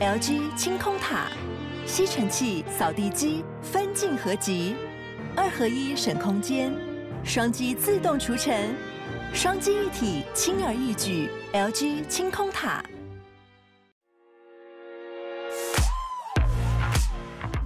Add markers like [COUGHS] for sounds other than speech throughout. LG 清空塔、吸尘器、扫地机分镜合集，二合一省空间，双击自动除尘，双击一体轻而易举。LG 清空塔。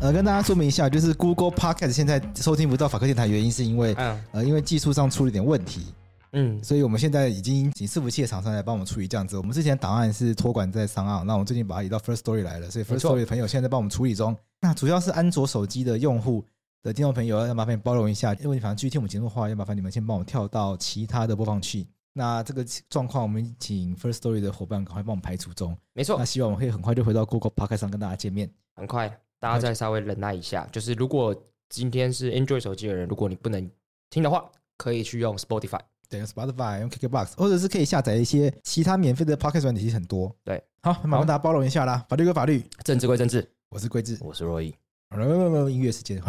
呃，跟大家说明一下，就是 Google Podcast 现在收听不到法克电台，原因是因为、嗯呃，因为技术上出了点问题，嗯，所以我们现在已经请伺服器的厂商来帮我们处理这样子。我们之前档案是托管在商岸，那我们最近把它移到 First Story 来了，所以没 First 错 Story 的朋友现在在帮我们处理中。那主要是安卓手机的用户的听众朋友，要麻烦你包容一下，因为你反正继续听我们节目的话，要麻烦你们先帮我跳到其他的播放器。那这个状况，我们请 First Story 的伙伴赶快帮我们排除中。没错那，希望我们可以很快就回到 Google Podcast 上跟大家见面。很快，大家再稍微忍耐一下。就是如果今天是 Android 手机的人，如果你不能听的话，可以去用 Spotify。对，用 Spotify 用 KKBox，或者是可以下载一些其他免费的 Podcast 软体，其实很多。对，好，麻烦大家包容一下啦。法律归法律，政治归政治，我是桂智。我是若意。好了，没有没有没有音乐时 [LAUGHS] 间。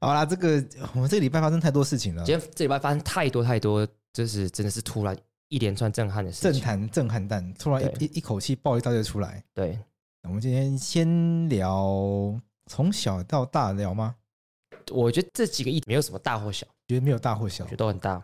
好啦，这个我们这个礼拜发生太多事情了，今天这礼拜发生太多太多，就是真的是突然一连串震撼的事震情。撼震撼弹，突然一对一一口气爆一大堆出来。对，我们今天先聊从小到大聊吗？我觉得这几个议题没有什么大或小，觉得没有大或小我觉，得都很大，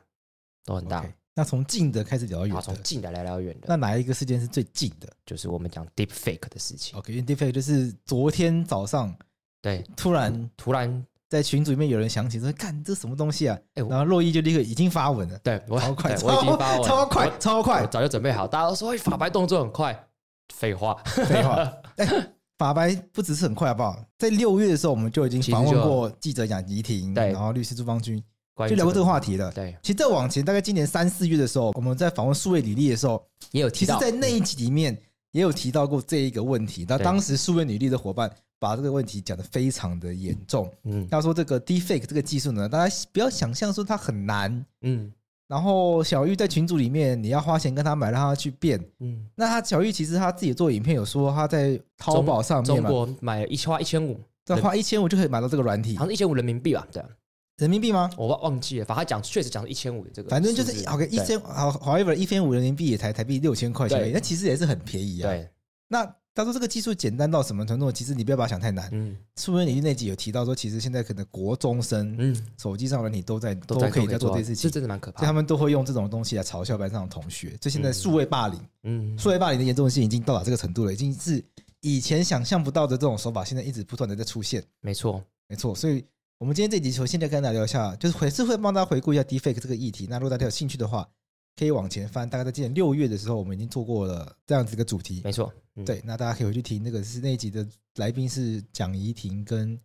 都很大啊 OK。。那从近的开始聊到远好，从的，近的来聊远的，那哪一个事件是最近的就是我们讲 Deep Fake 的事情。 ？OK，因为 d e f a 就是昨天早上对，突然突然，在群组里面有人想起说：“干，这什么东西啊？”哎我然后洛伊就立刻已经发文了，对我超快，对我已经发文了，超我快，超我快。早就准备好，大家都说哎法白动作很快，废话，废话，哎，法白不只是很快，好不好？在六月的时候，我们就已经其实访问就过记者雅怡婷，对然后律师朱方军，关于就聊过这个话题了。对，其实再往前，大概今年三四月的时候，我们在访问数位履历的时候，也有其提实到，，在那一集里面也有提到过这一个问题。那对当时数位履历的伙伴把这个问题讲得非常的严重。嗯要说这个 deepfake 这个技术呢，大家不要想象说它很难，嗯然后小玉在群组里面，你要花钱跟他买，让他去变。嗯，那他小玉其实他自己做影片有说，他在淘宝上面中嘛，国买了一花一千五，对，花一千五就可以买到这个软体好，像一千五人民币吧，对啊，人民币吗？我忘忘记了，反正他讲确实讲一千五的这个数字，反正就是好个一呃对千，好，however 一千五人民币也才台币六千块钱而已，对那其实也是很便宜啊。对，那他说这个技术简单到什么程度？其实你不要把它想太难。嗯素文领域那集有提到说，其实现在可能国中生嗯，手机上的你都在都在可以在做啊做这些事这情，真的蛮可所以他怕的，们都会用这种东西来嘲笑班上的同学。所以现在嗯数位霸凌。嗯，数位霸凌的严重性已经到达这个程度了，已经是以前想象不到的这种手法，现在一直不断的在出现。没错，没错，所以我们今天这集首先就跟大家聊一下，就是还是会帮大家回顾一下 deepfake 这个议题。那如果大家有兴趣的话，可以往前翻，大概在今年六月的时候，我们已经做过了这样子一个主题。没错，嗯对，那大家可以回去听，那个是那一集的来宾是蒋怡婷跟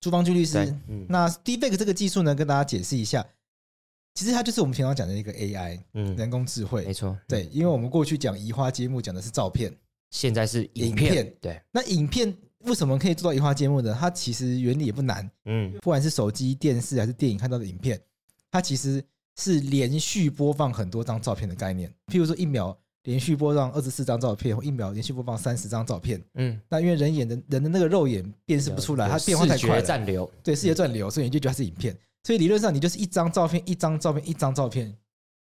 朱方军律对师。，嗯那 deepfake 这个技术呢，跟大家解释一下，其实它就是我们平常讲的一个 AI 嗯，人工智慧没。错，嗯对，因为我们过去讲移花接木讲的是照片。现在是影影片片，对，那影片为什么可以做到移花接木呢？它其实原理也不难，嗯不管是手机、电视还是电影看到的影片，它其实是连续播放很多张照片的概念。譬如说，一秒连续播放二十四张照片，或一秒连续播放三十张照片。嗯，那因为人眼的人的那个肉眼辨识不出来，它变化太视快觉了，暂留，对视觉转流，所以你就觉得它是影片。所以理论上，你就是一张照片、一张照片、一张照片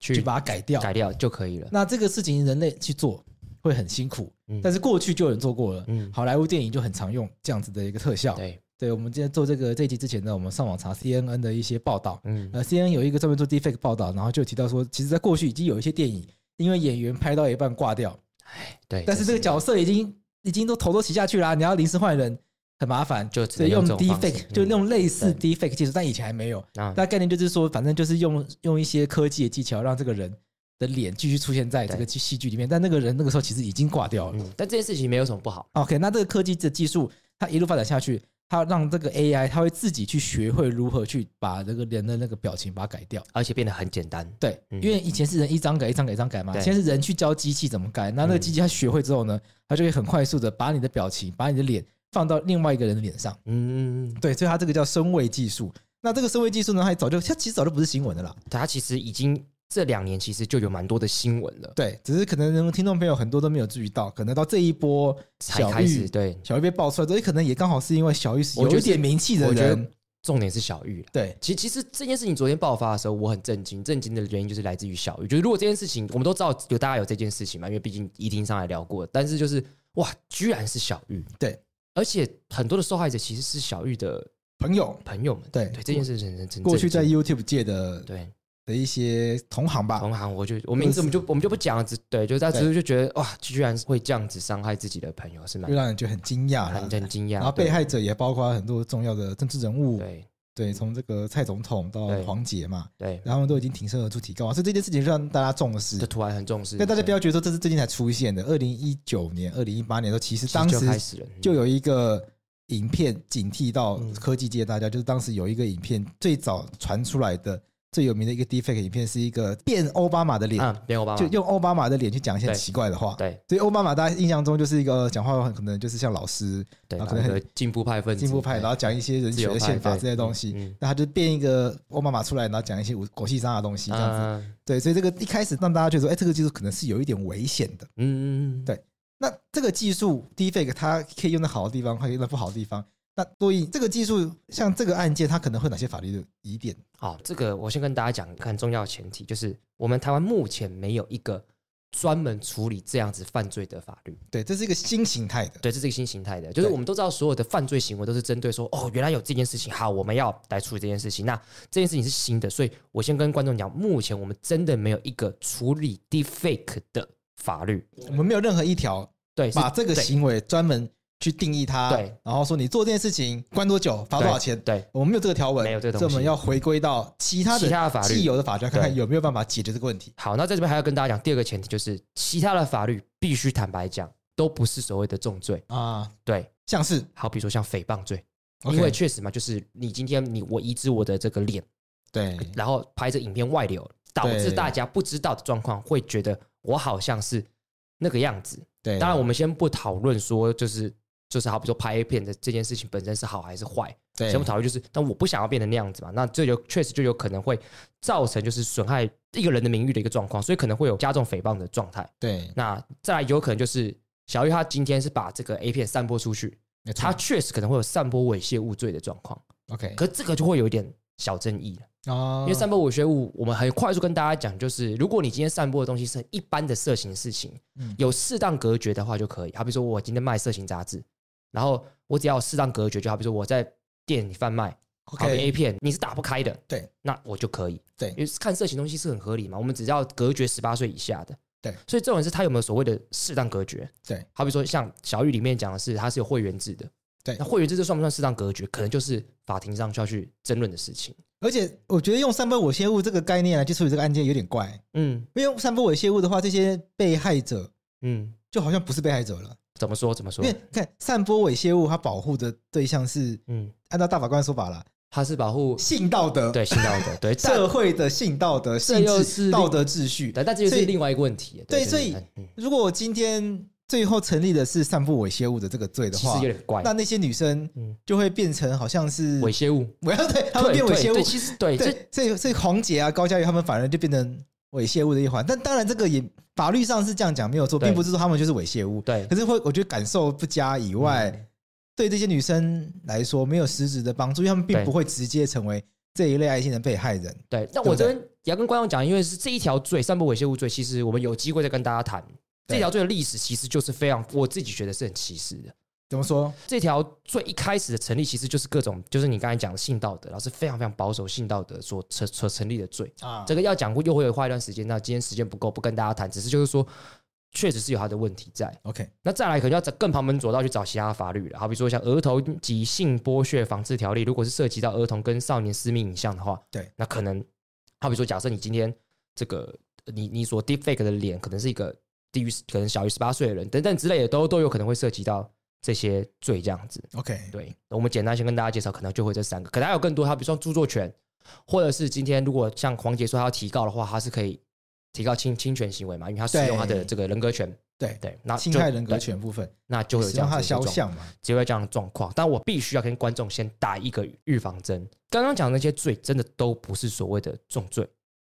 去去把它改掉。改掉就可以了，那这个事情人类去做会很辛苦，嗯但是过去就有人做过了。嗯，好莱坞电影就很常用这样子的一个特效。对，对，我们今天做这个这一集之前呢，我们上网查 CNN 的一些报道，嗯呃，CNN 有一个专门做 deepfake 报道，然后就有提到说，其实在过去已经有一些电影因为演员拍到一半挂掉，对，但是这个角色已经已经都头都洗下去啦，啊你要临时换人很麻烦，就只所能以用用这种方式嗯 deepfake 就用类似对 deepfake 技术，但以前还没有。啊，那概念就是说，反正就是用用一些科技的技巧，让这个人的脸继续出现在这个对戏剧里面，但那个人那个时候其实已经挂掉了。嗯，但这件事情没有什么不好， OK，那这个科技的技术，它一路发展下去，它让这个 AI 它会自己去学会如何去把这个人的那个表情把它改掉。而且变得很简单，对，嗯因为以前是人一张改一张改一张改嘛，对现在是人去教机器怎么改。那那个机器它学会之后呢，它就会很快速的把你的表情、把你的脸放到另外一个人的脸上。嗯，对，所以它这个叫声位技术。那这个声位技术呢，它早就它其实早就不是新闻的啦。它其实已经这两年其实就有蛮多的新闻了，对，只是可能听众朋友很多都没有注意到，可能到这一波才小开始玉对。小玉被爆出来之后，也可能也刚好是因为小玉是我有觉得一是点名气的我觉得人，重点是小玉啦对，其其实这件事情昨天爆发的时候，我很震惊。震惊的原因就是来自于小玉，就是如果这件事情我们都知道有大家有这件事情嘛，因为毕竟一听上来聊过，但是就是哇，居然是小玉，对，而且很多的受害者其实是小玉的朋友朋友们，对对这件事情真真过去在震惊 YouTube 界的对的一些同行吧，同行，我就我名字我们就我们就不讲了，只对，就是大家只是就觉得哇，居然会这样子伤害自己的朋友，是蛮又让人觉得很惊讶很了。很惊讶。然后对被害者也包括很多重要的政治人物，对对，从这个蔡总统到对黄杰嘛，对，然后他们都已经挺身而出提高，所以这件事情让大家重视就。突然很重视，但大家不要要觉得说这是最近才出现的，二零一九年、二零一八年都其实当时就开始了，嗯就有一个影片警惕到嗯科技界大家，就是当时有一个影片最早传出来的最有名的一个 deepfake 影片，是一个变奥巴马的脸，啊，变欧巴就马，用奥巴马的脸去讲一些很对奇怪的话。对所以奥巴马大家印象中就是一个讲话很可能就是像老师、对，啊然可后能那个进步派分子，进步派，对然后讲一些人自权由的派宪法对之类的东西。嗯，那他就变一个奥巴马出来，然后讲一些狗屁沙的东西这样子。啊对，所以这个一开始让大家觉得说，哎，这个技术可能是有一点危险的。嗯，对那这个技术 deepfake 它可以用在好的地方，它可以用在不好的地方。那所以这个技术像这个案件，它可能会有哪些法律的疑点？好，这个我先跟大家讲，很重要的前提就是，我们台湾目前没有一个专门处理这样子犯罪的法律。对，这是一个新形态的。对，这是一个新形态的，就是对我们都知道所有的犯罪行为都是针对说，哦，原来有这件事情，好，我们要来处理这件事情。那这件事情是新的，所以我先跟观众讲，目前我们真的没有一个处理 deepfake 的法律。我们没有任何一条对，是把这个对行为专门去定义它，对，然后说你做这件事情关多久，罚多少钱，对，我们没有这个条文，没有这个东西所以我们要回归到其他的其他的法律既有的法律，来看看对有没有办法解决这个问题。好，那在这边还要跟大家讲第二个前提，就是其他的法律必须坦白讲，都不是所谓的重罪。啊，对，像是好比说像诽谤罪， OK，因为确实嘛，就是你今天你我移植我的这个脸，对然后拍着影片外流，导致对大家不知道的状况，会觉得我好像是那个样子。对，当然，我们先不讨论说就是。就是好比说拍 A 片的这件事情本身是好还是坏，对先不讨论，就是但我不想要变成那样子嘛，那这就确实就有可能会造成就是损害一个人的名誉的一个状况，所以可能会有加重诽谤的状态。对，那再来有可能就是小玉她今天是把这个 A 片散播出去，没错她确实可能会有散播猥亵物罪的状况， OK 可这个就会有一点小争议了。啊，因为散播猥亵物，我们很快速跟大家讲，就是如果你今天散播的东西是一般的色情事情嗯，有适当隔绝的话就可以。好比说我今天卖色情杂志，然后我只要有适当隔绝，就好比说我在店里贩卖好比 A OK 片，你是打不开的，对，那我就可以。对因为看色情东西是很合理嘛，我们只要隔绝十八岁以下的。对所以这种人是他有没有所谓的适当隔绝？对，好比说像小玉里面讲的是，他是有会员制的。对那会员制这算不算适当隔绝？可能就是法庭上需要去争论的事情。而且我觉得用散播猥亵物这个概念来啊去处理这个案件有点怪，嗯因为用散播猥亵物的话，这些被害者嗯，就好像不是被害者了，怎么说？怎么说因为？看散播猥亵物，它保护的对象是嗯，按照大法官的说法啦，他是保护性道德， [LAUGHS] 对性道德，对但社会的性道德、性又秩是道德秩序。但但这就所以是另外一个问题。对就是所以嗯如果今天最后成立的是散布猥亵物的这个罪的其实话有，点怪那。那些女生嗯就会变成好像是猥亵物，我要对他们变猥对亵对物，其实对这对，所以所以黄杰啊、高嘉瑜他们反而就变成猥亵物的一环。但当然，这个也法律上是这样讲没有错，对并不是说他们就是猥亵物。对可是会，我觉得感受不佳以外，嗯对这些女生来说没有实质的帮助，因为他们并对不会直接成为这一类爱心的被害人。对，那对不我这对边也要跟观众讲，因为是这一条罪，散播猥亵物罪，其实我们有机会再跟大家谈。对这条罪的历史其实就是非常，我自己觉得是很歧视的。怎么说？这条罪一开始的成立，其实就是各种，就是你刚才讲的性道德，然后是非常非常保守性道德所成所成立的罪。啊这个要讲过，又会花一段时间。那今天时间不够，不跟大家谈，只是就是说，确实是有它的问题在。 OK，那再来可能要找更旁门左道去找其他法律了，好比说像《儿童及性剥削防治条例》，如果是涉及到儿童跟少年私密影像的话，对，那可能好比说，假设你今天这个呃你你所 deepfake 的脸，可能是一个低于可能小于十八岁的人等等之类的，都都有可能会涉及到这些罪这样子。 OK，对，我们简单先跟大家介绍，可能就会这三个，可能还有更多，它比如说著作权，或者是今天如果像黄杰说他要提告的话，他是可以提告侵侵权行为嘛，因为他使用他的对这个人格权。对，对，那侵就害人格对权部分，那就会有使这用样他的子的肖状况，像嘛？只会有这样的状况。但我必须要跟观众先打一个预防针。刚刚讲的那些罪，真的都不是所谓的重罪。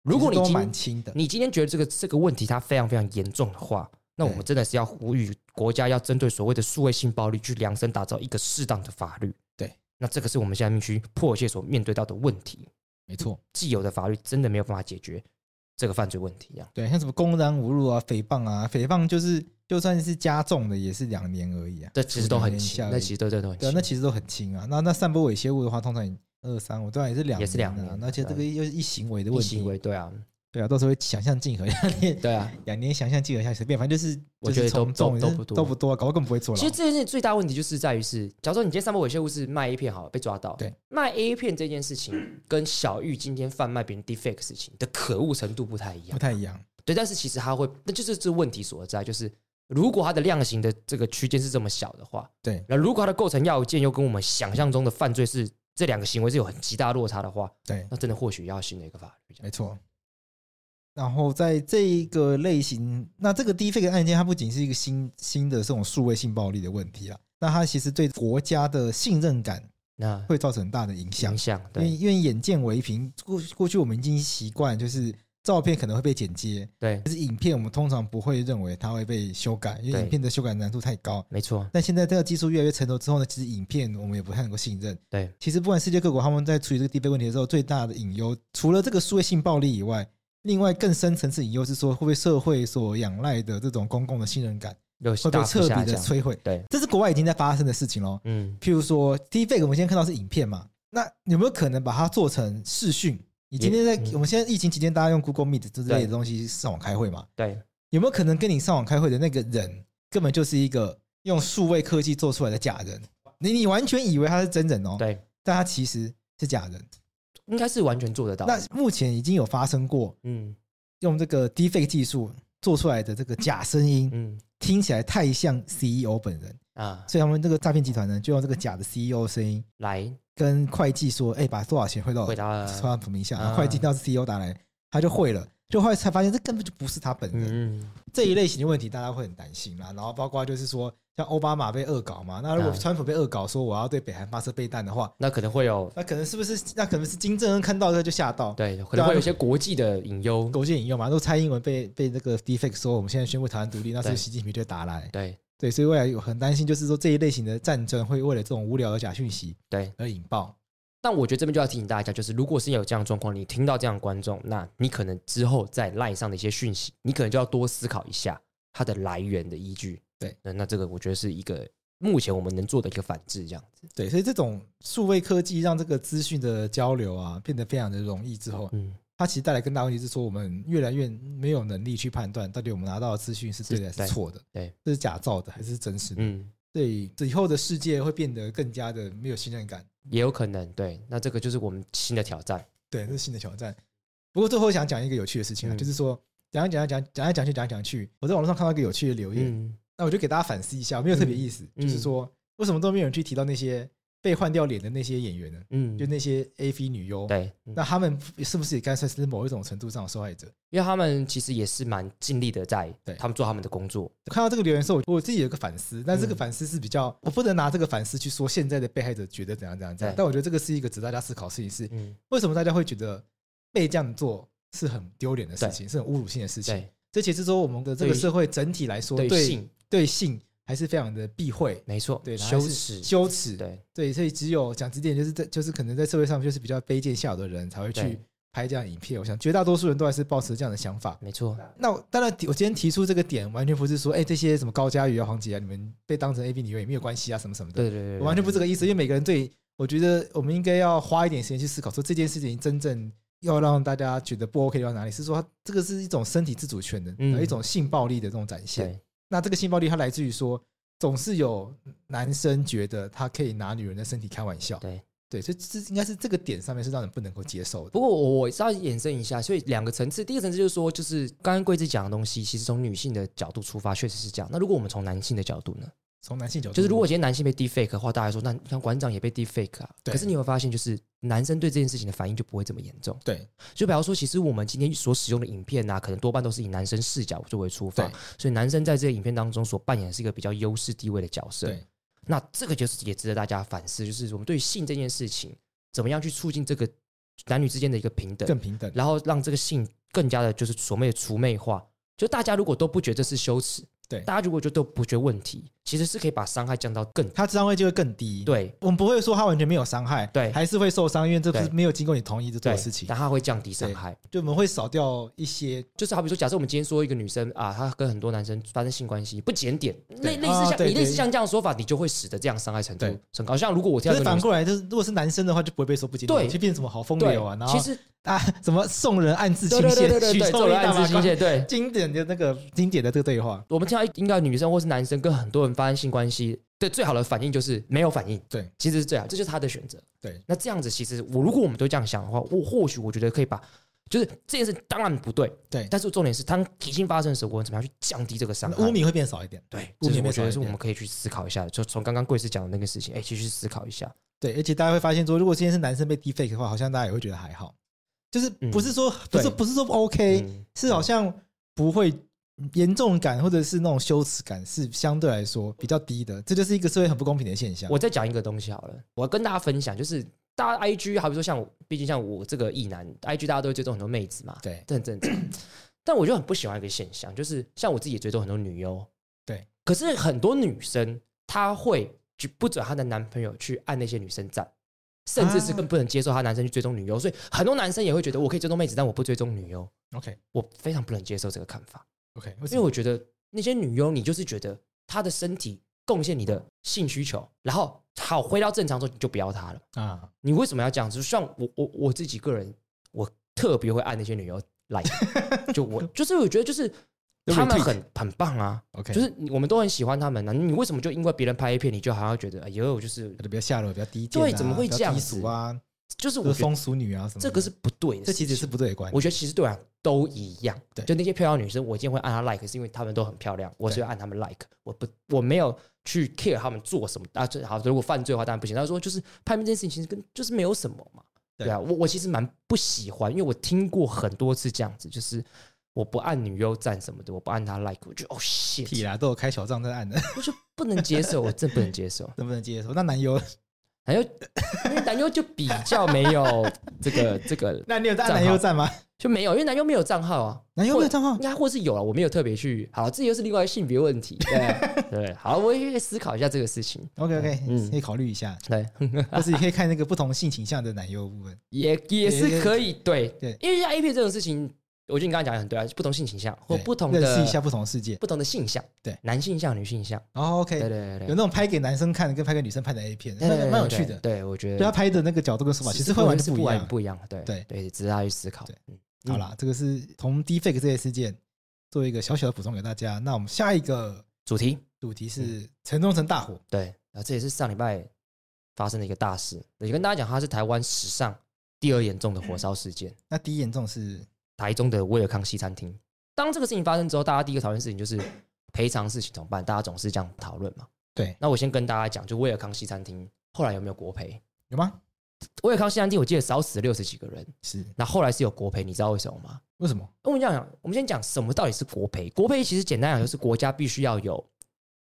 如果其实你都今蛮轻的，你今天觉得这个这个问题它非常非常严重的话，那我们对真的是要呼吁国家要针对所谓的数位性暴力去量身打造一个适当的法律。对，那这个是我们现在必须迫切所面对到的问题。没错，既有的法律真的没有办法解决这个犯罪问题，这样对，像什么公然侮辱啊、诽谤啊，诽谤就是就算是加重的，也是两年而已啊。这其实都很轻轻，，那其实都都都很对、轻。啊，那其实都很轻啊。那那散播猥亵物的话，通常二三五，对啊，也是两也是两年啊年那其实这个又是一行为的一问行题，为对啊，对啊，到时候会想象竞合，两年对啊。两年想象竞合一下随便，反正就是我觉得就是都从众都就是都不多都不多啊，搞不好根本不会坐牢其实。这件事最大问题就是在于是，假如说你今天散播猥亵物是卖 A 片好了被抓到，对，卖 A 片这件事情跟小玉今天贩卖别人 defect 事情的可恶程度不太一不样，太一样，对，但是其实它会，那就是这问题所在，就是如果它的量刑的这个区间是这么小的话，对那如果它的构成要件又跟我们想象中的犯罪是这两个行为是有很极大落差的话，对，那真的或许要新的一个法律这样。没错。然后在这一个类型，那这个 d e f a 案件，它不仅是一个新新的这种数位性暴力的问题啊，那它其实对国家的信任感那会造成很大的影响影。响因为对因为眼见为凭，过过去我们已经习惯，就是照片可能会被剪接，对，但是影片我们通常不会认为它会被修改，因为对影片的修改难度太高。没错，但现在这个技术越来越成熟之后呢，其实影片我们也不太能够信任。对，其实不管世界各国他们在处理这个地位问题的时候，最大的隐忧，除了这个数位性暴力以外，另外更深层次隐忧是说，会不会社会所仰赖的这种公共的信任感有会被大幅彻下底的降，摧毁？对，这是国外已经在发生的事情喽。嗯，譬如说 deepfake，我们现在看到是影片嘛，那有没有可能把它做成视讯？你今天在、嗯我们现在疫情期间，大家用 Google Meet 之类对的东西上网开会嘛？对，有没有可能跟你上网开会的那个人，根本就是一个用数位科技做出来的假人？你你完全以为他是真人哦，对，但他其实是假人。应该是完全做得到的。那目前已经有发生过嗯用这个 deepfake 技术做出来的这个假声音，嗯听起来太像 CEO 本人，啊，所以他们这个诈骗集团呢，就用这个假的 CEO 声音来跟会计说：“哎、把多少钱汇到回答了，川普名下。”啊然后会计到 CEO 打来，他就汇了，就后来才发现这根本就不是他本人。嗯嗯，这一类型的问题，大家会很担心啦。然后包括就是说，像奥巴马被恶搞嘛，那如果啊川普被恶搞说我要对北韩发射备弹的话，那可能会有那可能是不是那可能是金正恩看到这就吓到？对，可能会有一些国际的隐忧。勾践引用嘛，都蔡英文被被那个 defect 说我们现在宣布台湾独立，那时候对习近平就打来，对对，所以未来有很担心，就是说这一类型的战争会为了这种无聊的假讯息对，而引爆。但我觉得这边就要提醒大家，就是如果是有这样的状况，你听到这样的观众，那你可能之后在 LINE 上的一些讯息，你可能就要多思考一下它的来源的依据。对，那那这个我觉得是一个目前我们能做的一个反制，这样子。对，所以这种数位科技让这个资讯的交流啊变得非常的容易之后，嗯，它其实带来更大问题是说，我们越来越没有能力去判断到底我们拿到的资讯是对的还对是错的，对，这是假造的还是真实的？嗯，所以以后的世界会变得更加的没有信任感，也有可能。对，那这个就是我们新的挑战。对，这是新的挑战。不过最后想讲一个有趣的事情啊，嗯就是说讲来讲来讲讲来讲去讲来讲去，我在网络上看到一个有趣的留言，嗯，那我就给大家反思一下，没有特别意思，嗯就是说为什么都没有人去提到那些被换掉脸的那些演员呢？嗯就那些 A V 女优，对，嗯那他们是不是也干脆是某一种程度上的受害者？因为他们其实也是蛮尽力的，在对他们做他们的工作。看到这个留言的时候，我我自己有一个反思，但这个嗯反思是比较，我不能拿这个反思去说现在的被害者觉得怎样怎样怎样对，但我觉得这个是一个值得大家思考的事情是，嗯，为什么大家会觉得被这样做是很丢脸的事情，是很侮辱性的事情？对，这其实说我们的这个对于社会整体来说，对对性对性还是非常的避讳，没错，对，然后羞还是耻，羞耻，对对，所以只有讲直点，就是在就是可能在社会上就是比较卑贱下流的人才会去对拍这样的影片。我想绝大多数人都还是抱持这样的想法。没错，那我当然，我今天提出这个点，完全不是说，哎、这些什么高佳宇啊、黄杰啊，你们被当成 A B 女优也没有关系啊，什么什么的，对对对，对我完全不是这个意思。因为每个人对我觉得，我们应该要花一点时间去思考，说这件事情真正要让大家觉得不 OK 的地方哪里，是说它这个是一种身体自主权的，嗯一种性暴力的这种展现。对，那这个性暴力它来自于说，总是有男生觉得他可以拿女人的身体开玩笑，对对，所以这应该是这个点上面是让人不能够接受的。不过我我稍微延伸一下，所以两个层次，第一个层次就是说，就是刚刚桂枝讲的东西，其实从女性的角度出发，确实是这样。那如果我们从男性的角度呢？从男性角度，就是如果今天男性被 defake 的话，大家说那像馆长也被 defake 啊，对可是你有没有发现，就是男生对这件事情的反应就不会这么严重。对就比方说，其实我们今天所使用的影片啊，可能多半都是以男生视角作为出发对，所以男生在这个影片当中所扮演的是一个比较优势地位的角色对。那这个就是也值得大家反思，就是我们对于性这件事情，怎么样去促进这个男女之间的一个平等，更平等，然后让这个性更加的就是所谓的除魅化。就大家如果都不觉得这是羞耻，对大家如果就都不觉得问题，其实是可以把伤害降到更低。他伤害就会更低。，对我们不会说他完全没有伤害，对还是会受伤，因为这不是对没有经过你同意这做对的事，情，但它会降低伤害。就我们会少掉一些。就是好比说，假设我们今天说一个女生啊，她跟很多男生发生性关系，不检点，对类类似像、啊对你类似对像这样的说法，你就会使得这样伤害程度对升高。像如果我这可样是跟反女生过来，就是如果是男生的话，就不会被说不检点，对就变成什么好风对流啊，然后其实啊 [LAUGHS] 什么送人暗自对倾对对对泻，[LAUGHS] 对许对，臭做一了大暗把自倾光泻，对。经典的那个经典的这个对话，我们听到应该女生或是男生跟很多人发生性关系的最好的反应就是没有反应，对，其实是这样，这就是他的选择。对，那这样子其实我如果我们都这样想的话，我或许我觉得可以把，就是这件事当然不对，对但是重点是当已经发生的时候，我们怎么样去降低这个伤害污？名会变少一点。对，污这名是我变觉少得一是我点们可以去思考一下，就从刚刚贵司讲的那个事情，哎，其实去思考一下。对，而且大家会发现说，如果今天是男生被 defake 的话，好像大家也会觉得还好，就是不是说、不是嗯对不是说不 OK，、嗯是好像不会严重感或者是那种羞耻感是相对来说比较低的，这就是一个社会很不公平的现象。我再讲一个东西好了，我跟大家分享，就是大家 IG，好比说像我，毕竟像我这个异男，IG 大家都会追踪很多妹子嘛，对这很正常。但我就很不喜欢一个现象，就是像我自己也追踪很多女优，对，可是很多女生她会就不准她的男朋友去按那些女生赞。甚至是啊更不能接受她男生去追踪女优，所以很多男生也会觉得我可以追踪妹子，但我不追踪女优， OK 我非常不能接受这个看法。 OK，因为我觉得那些女优，你就是觉得她的身体贡献你的性需求，然后好回到正常之后你就不要她了。啊，你为什么要这样子？就像我我我自己个人，我特别会按那些女优来， [LAUGHS] 就我就是我觉得就是就她们 retweet 很很棒啊， OK，就是你我们都很喜欢她们啊。你为什么就因为别人拍 A 片，你就好像觉得哎呦，就是比较下流，比较低贱、啊，对怎么会比较这样低子俗啊，就是就是我觉得风俗女啊什么的？这个是不对的这事情，其实是不对的观念。我觉得其实对我来讲都一样，对就那些漂亮女生，我今天会按她 like，是因为她们都很漂亮，我是对要按她们 like，我不我没有去 care 她们做什么啊。这好，如果犯罪的话当然不行。他说就是拍片这件事情其实跟就是没有什么嘛，对对啊，我我其实蛮不喜欢，因为我听过很多次这样子，就是我不按女优赞什么的，我不按她 like，我就哦 shit，屁啦，啊都有开小账在按的， [LAUGHS] 我就不能接受，我真的不能接受。能不能接受？那男 [LAUGHS] 优，男优，因为男优就比较没有这个这个那你有在按账号男优站吗？就没有，因为男优没有账号啊。男优没有账号应，该或是有了，啊我没有特别去。好，这又是另外一个性别问题。 [LAUGHS] 对对，好，我也思考一下这个事情。 OK OK，、嗯可以考虑一 [LAUGHS] 下，对，或是你可以看那个不同性倾向的男优部分。也也是可以。对对因为像 A 片这种事情，我觉得你刚才讲的很对啊，不同性倾向或对不同认识一下的不同的世界。不同的性向，对男性向、女性向，然后 OK，对对对有那对，种拍给男生看的跟拍给女生拍的 A 片，对那对个对蛮有对趣的。对，我觉对他得拍的那个角度跟手法，其实会完是全不一样。不一样。对对对，只是大家去思考。对嗯，好啦，这个是从 Deepfake 这些事件做一个小小的补充给大家。那我们下一个主题主题嗯是城中城大火，对，啊，这也是上礼拜发生的一个大事。也跟大家讲，它是台湾史上第二严重的 [LAUGHS] 火烧事件。那第一严重是台中的威尔康西餐厅。当这个事情发生之后，大家第一个讨论的事情就是 [COUGHS] 赔偿事情怎么办？大家总是这样讨论嘛。对那我先跟大家讲，就威尔康西餐厅后来有没有国赔？有吗？威尔康西餐厅我记得少死六十几个人，是那后来是有国赔，你知道为什么吗？为什么？我们这样讲，我们先讲什么到底是国赔？国赔其实简单讲就是国家必须要有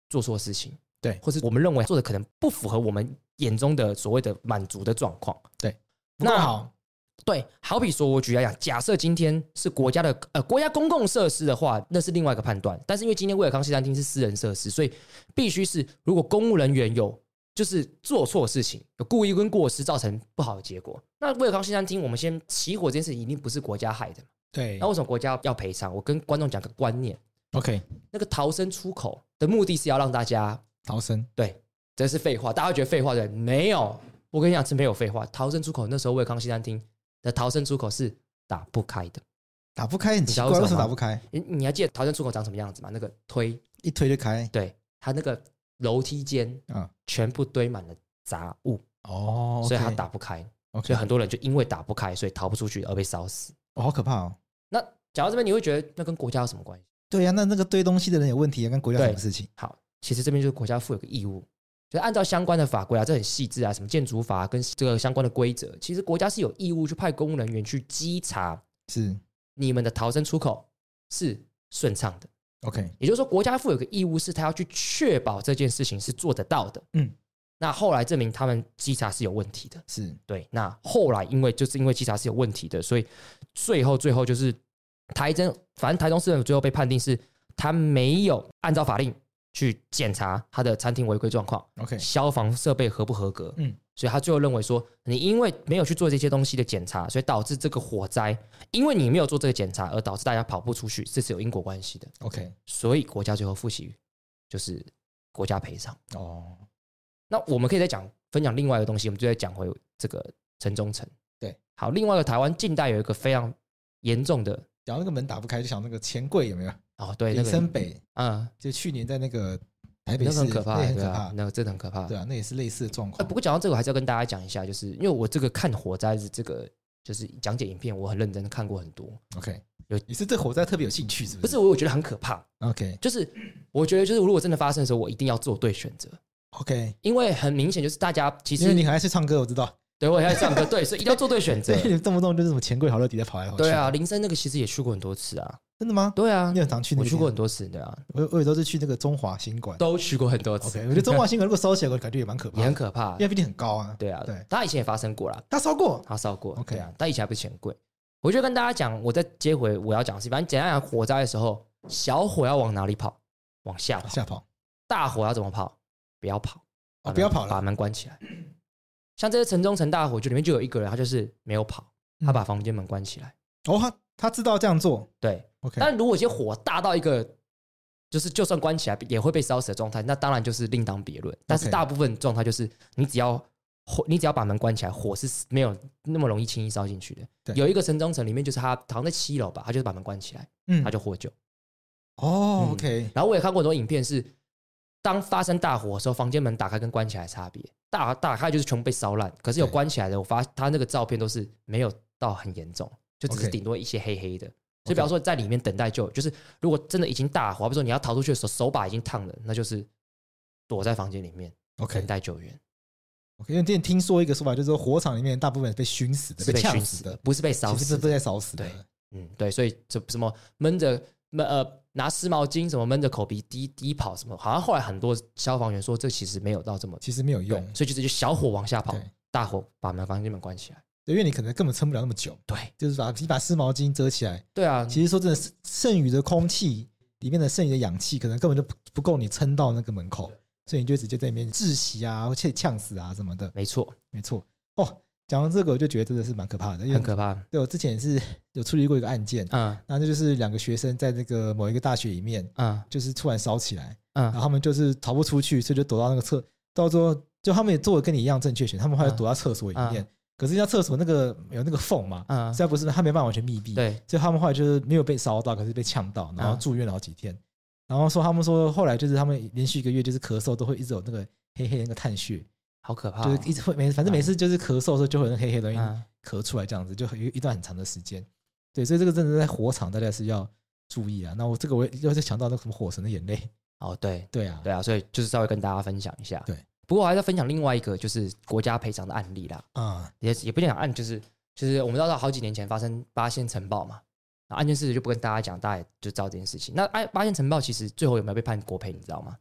做错事情，对或是我们认为做的可能不符合我们眼中的所谓的满足的状况，对。不够那好，对，好比说，我举例来讲，假设今天是国家的呃国家公共设施的话，那是另外一个判断。但是因为今天威尔康西餐厅是私人设施，所以必须是如果公务人员有就是做错事情，有故意跟过失造成不好的结果，那威尔康西餐厅我们先起火这件事一定不是国家害的嘛。对那为什么国家要赔偿？我跟观众讲个观念， ，OK，那个逃生出口的目的是要让大家逃生对，这是废话，大家会觉得废话的没有。我跟你讲，是没有废话。逃生出口那时候卫康西餐厅的逃生出口是打不开的。打不开，很奇怪，你知道为为什什么么吗打不开？你你还记得逃生出口长什么样子吗？那个推，一推就开，对，它那个楼梯间嗯，全部堆满了杂物，哦，OK，所以它打不开。所 OK，以很多人就因为打不开，所以逃不出去而被烧死。哦好可怕哦。那讲到这边，你会觉得那跟国家有什么关系？对呀、啊那那个堆东西的人有问题啊，跟国家有什么对事情？好，其实这边就是国家负有个义务，就是按照相关的法规啊，这很细致啊，什么建筑法、跟这个相关的规则，其实国家是有义务去派公务人员去稽查是你们的逃生出口是顺畅的。 OK，也就是说，国家负有个义务是他要去确保这件事情是做得到的。嗯，那后来证明他们稽查是有问题的。是对，那后来因为就是因为稽查是有问题的，所以最后最后就是台中，反正台中市政府最后被判定是他没有按照法令去检查他的餐厅违规状况、 OK，消防设备合不合格。嗯嗯，所以他最后认为说，你因为没有去做这些东西的检查，所以导致这个火灾，因为你没有做这个检查而导致大家跑不出去，这是有因果关系的。 OK，所以国家最后复习就是国家赔偿。哦，那我们可以再讲分享另外一个东西，我们就再讲回这个城中城。对，好，另外一个台湾近代有一个非常严重的然后那个门打不开，就想那个钱柜有没有？哦，对，那林个森北嗯，就去年在那个台北那市，个很可怕，那也对很可啊怕，，那个真的很可怕。对啊，那也是类似的状呃，况不。过讲到这个，我还是要跟大家讲一下，就是因为我这个看火灾的这个就是讲解影片，我很认真看过很多。 OK，有你是对火灾特别有兴趣是不不是，是？我我觉得很可怕， OK 就是我觉得就是如果真的发生的时候，我一定要做对选择， OK，因为很明显就是大家其因为实你很爱去唱歌，我知道，对我也要唱歌，对，所以一定要做对选择所。以 [LAUGHS] 你动不动就是什么钱柜好乐迪在跑来跑去。对啊，，林森那个其实也去过很多次啊，真的吗？对啊你，很常去那我个地去方？过很多次，对啊，我我有时候是去那个中华新馆。都去过很多次 OK，我觉得中华新馆如果烧起来，我感觉也蛮可怕啊也的，很可怕因，为毕竟很高啊。对啊，对，他以前也发生过啦，它烧过。他烧过 OK 对啊，但以前还不是钱柜。我就跟大家讲，我再接回我要讲的事，反正简单讲，火灾的时候，小火要往哪里跑？往下跑。吓跑大火要怎么跑？不要跑，把哦，门不要跑把了，门关起来。像这些城中城大火，就里面就有一个人，他就是没有跑，嗯他把房间门关起来。哦，他他知道这样做对， ，OK，但如果这些火大到一个，就是就算关起来也会被烧死的状态，那当然就是另当别论。但是 OK 大部分状态就是，你只要火，你只要把门关起来，火是没有那么容易轻易烧进去的。对有一个城中城里面，就是他好像在七楼吧，他就是把门关起来，嗯他，就获救。哦嗯，OK，然后我也看过很多影片是，当发生大火的时候，房间门打开跟关起来的差别。大打开就是全部被烧烂，可是有对关起来的，我发他那个照片都是没有到很严重，就只是 OK 顶多一些黑黑的。所以，比方说在里面等待救，就是如果真的已经大火，比如说你要逃出去的时候，手把已经烫了，那就是躲在房间里面等 OK，待救援， OK，因为之前听说一个说法，就是说火场里面大部分是被熏死的，是被呛熏死死的的，，不是被烧其实死是被的。在烧死的。对嗯，对，所以这什么闷着闷呃拿湿毛巾什么闷着口鼻滴滴跑什么，好像后来很多消防员说这其实没有到这么其实没有对用，所以就是就小火往下跑对，大火把门房间门关起来。对因为你可能根本撑不了那么久，对就是把你把湿毛巾遮起来。对啊，其实说真的，剩剩余的空气里面的剩余的氧气，可能根本就不不够你撑到那个门口，所以你就直接在里面窒息啊，或且呛死啊什么的。没错，没错，哦，讲到这个，我就觉得真的是蛮可怕的，因为很可怕。对我之前也是有处理过一个案件，嗯那这就是两个学生在那个某一个大学里面，嗯就是突然烧起来，然嗯，后他们就是逃不出去，所以就躲到那个厕，到最后就他们也做的跟你一样正确选，他们后来嗯躲到厕所里面嗯，可是人家厕所那个有那个缝嘛，嗯实在不是他没办法完全密闭，对，所以他们后来就是没有被烧到，可是被呛到，然后嗯住院了好几天，然后说他们说后来就是他们连续一个月就是咳嗽都会一直有那个黑黑的那个炭屑，好可怕就哦。是一直会每反正每次就是咳嗽的时候就会有那黑黑的东西嗯咳出来，这样子就很一段很长的时间。对，所以这个真的在火场大家是要注意啊。那我这个我又是想到那个什么火神的眼泪，哦，对对啊，对啊，所以就是稍微跟大家分享一下。对，不过我还是要分享另外一个就是国家赔偿的案例啦，啊、也也不讲案，就是就是我们知道好几年前发生八仙城堡嘛。啊案件事实就不跟大家讲，大家也就知道这件事情。那哎，八仙城堡其实最后有没有被判国赔，你知道吗？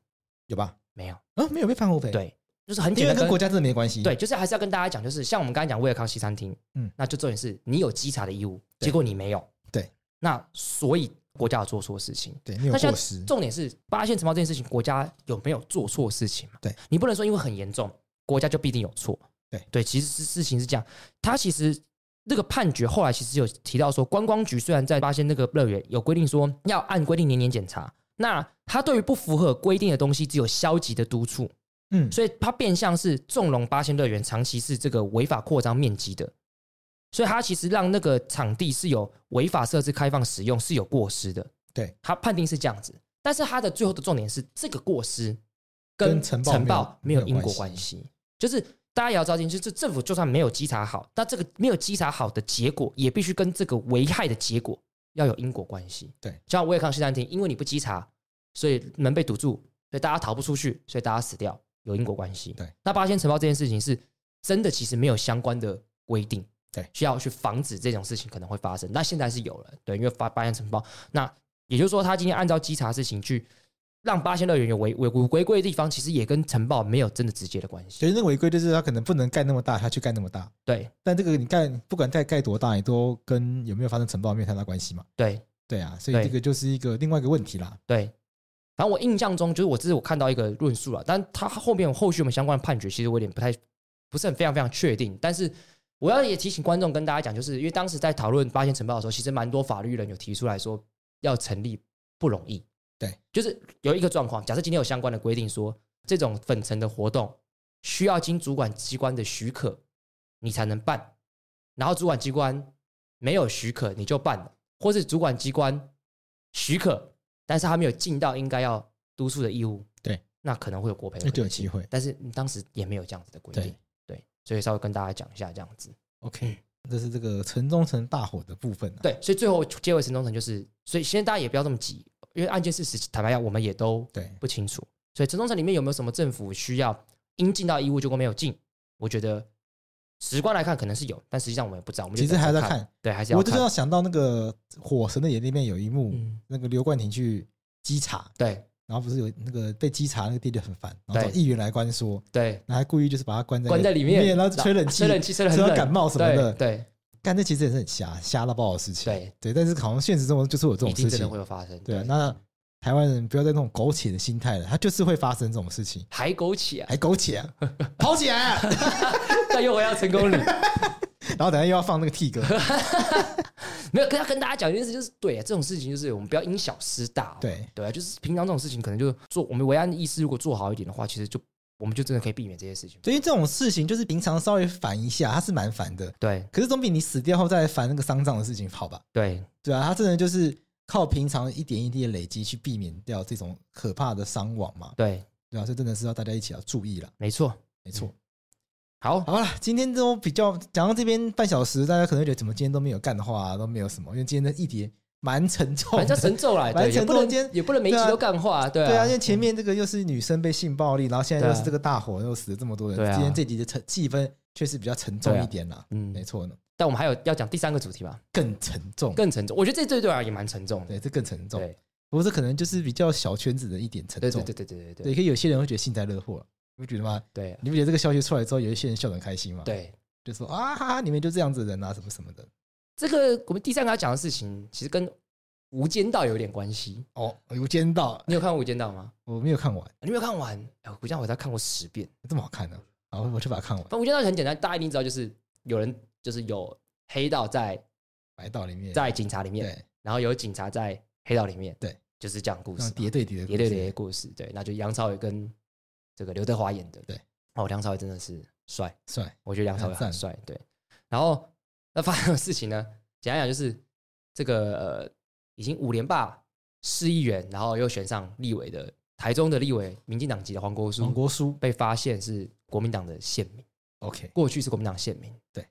有吧？没有，啊，没有被判后赔，，对，就是很简因为单跟国家真的没关系。对，就是还是要跟大家讲，就是像我们刚才讲威尔康西餐厅，嗯嗯，那就重点是你有稽查的义务，对结果你没有，对，那所以国家有做错事情。对，你有那现过在失，重点是八线城堡这件事情，国家有没有做错事情嘛？对，你不能说因为很严重，国家就必定有错。对对，其实是事情是这样，他其实那个判决后来其实有提到说，观光局虽然在八仙那个乐园有规定说要按规定年年检查，那他对于不符合规定的东西只有消极的督促，嗯，所以它变相是纵容八仙乐园长期是这个违法扩张面积的，所以它其实让那个场地是有违法设置开放使用是有过失的。对，它判定是这样子，但是它的最后的重点是这个过失跟跟城城堡没有堡没有没有因果关关系，就是。大家也要照进去，就政府就算没有稽查好，但这个没有稽查好的结果，也必须跟这个危害的结果要有因果关系。对，像威尔康西餐厅，因为你不稽查，所以门被堵住，所以大家逃不出去，所以大家死掉，有因果关系。对，那八仙城堡这件事情是真的，其实没有相关的规定，对需要去防止这种事情可能会发生。那现在是有了，对，因为发八仙城堡，那也就是说，他今天按照稽查事情去让八仙乐园有违违违规的地方，其实也跟城堡没有真的直接的关系。所以那个违规就是他可能不能盖那么大，他去盖那么大，对但这个你盖不管盖盖多大，你都跟有没有发生尘爆没有太大关系嘛。对对啊，所以对这个就是一个另外一个问题啦。对，反正我印象中，就是我这是我看到一个论述了，但他后面后续我们相关的判决，其实我有点不太不是很非常非常确定。但是我要也提醒观众跟大家讲，就是因为当时在讨论八仙城报的时候，其实蛮多法律人有提出来说要成立不容易。对，就是有一个状况，假设今天有相关的规定说，这种粉尘的活动需要经主管机关的许可，你才能办。然后主管机关没有许可，你就办了，或是主管机关许可，但是他没有尽到应该要督促的义务，对，那可能会有国赔的那就有问题。机会。但是当时也没有这样子的规定，对，所以稍微跟大家讲一下这样子。 OK，这是这个城中城大火的部分、啊。对，所以最后结尾陈忠诚就是，所以现在大家也不要这么急，因为案件事实坦白讲，我们也都对不清楚。所以陈忠诚里面有没有什么政府需要应尽到义务，结果没有尽？我觉得直观来看可能是有，但实际上我们也不知道。我们就其实还要等再着看，对，还是要我看。就是要想到那个《火神的眼》里面有一幕，嗯，那个刘冠廷去稽查，对然后不是有那个被稽查那个弟弟很烦，然后对找议员来关说，对，然后还故意就是把他关在关在里面，然后吹冷气吹，冷气吹得很吹到冷，感冒什么的对干这其实也是很瞎瞎到爆的事情。对对，但是好像现实中就是有这对，一种事定真的情会。有发生。对啊，那台湾人不要再那种苟且的心态了，他就是会发生这种事 [LAUGHS] 情，还枸杞啊，还苟且、啊，跑起来、 [LAUGHS] 啊，但又回到成功率。然后等下又要放那个 T [LAUGHS] 歌，没有，跟要跟大家讲一件事，就是对、啊、这种事情，就是我们不要因小失大。对对啊，就是平常这种事情，可能就做我们维安意识如果做好一点的话，其实就我们就真的可以避免这些事情。对，因为这种事情就是平常稍微烦一下，他是蛮烦的，对可是总比你死掉后再来烦那个丧葬的事情好吧？对对啊，他真的就是靠平常一点一滴的累积去避免掉这种可怕的伤亡嘛，对，对啊，所以真的是要大家一起要注意了，没错。没错。嗯好，好了，今天都比较讲到这边半小时，大家可能会觉得怎么今天都没有干话、啊都没有什么，因为今天的议题蛮沉重反的。正神 [LAUGHS] 咒啦，反对，正也神不咒今能天也不能每一集对啊都干话，对对啊，啊因，为前面这个又是女生被性暴力，然后现在又是这个大火，又死了这么多人。对啊今天这集的沉气氛确实比较沉重一点啦，嗯没，错呢，但我们还有要讲第三个主题吧，更沉重，更沉重。我觉得这对对啊也蛮沉重的。对，这更沉重。对不过这可能就是比较小圈子的一点沉对重对。对对对对，对可以有些人会觉得幸灾乐祸了，你不觉得吗？ [LAUGHS] 对你不觉得这个消息出来之后，有一些人笑得很开心吗？，对。就说啊哈哈，你们就这样子的人啊，什么什么的。这个我们第三个要讲的事情，其实跟《无间道》有点关系。哦，无间道，你有看过《无间道》吗？我没有看完。你没有看完？哎我《无间道》我才看过十遍。这么好看呢、啊？好，我去把它看完反。正无间道很简单，大家一定知道，就是有人就是有黑道在白道里面，在警察里面，对，然后有警察在黑道里面，对，就是这样的故那事种嘛，叠对叠的叠对故事叠的，故事，对，那就杨超越跟这个刘德华演的，对，哦，梁朝伟真的是帅，帅，我觉得梁朝伟很很赞帅，对，然后那发生的事情呢，简单讲就是这个呃，已经五连霸市议员，然后又选上立委的台中的立委，民进党籍的黄国书，黄国书被发现是国民党的县民。 ，OK，过去是国民党县民，对，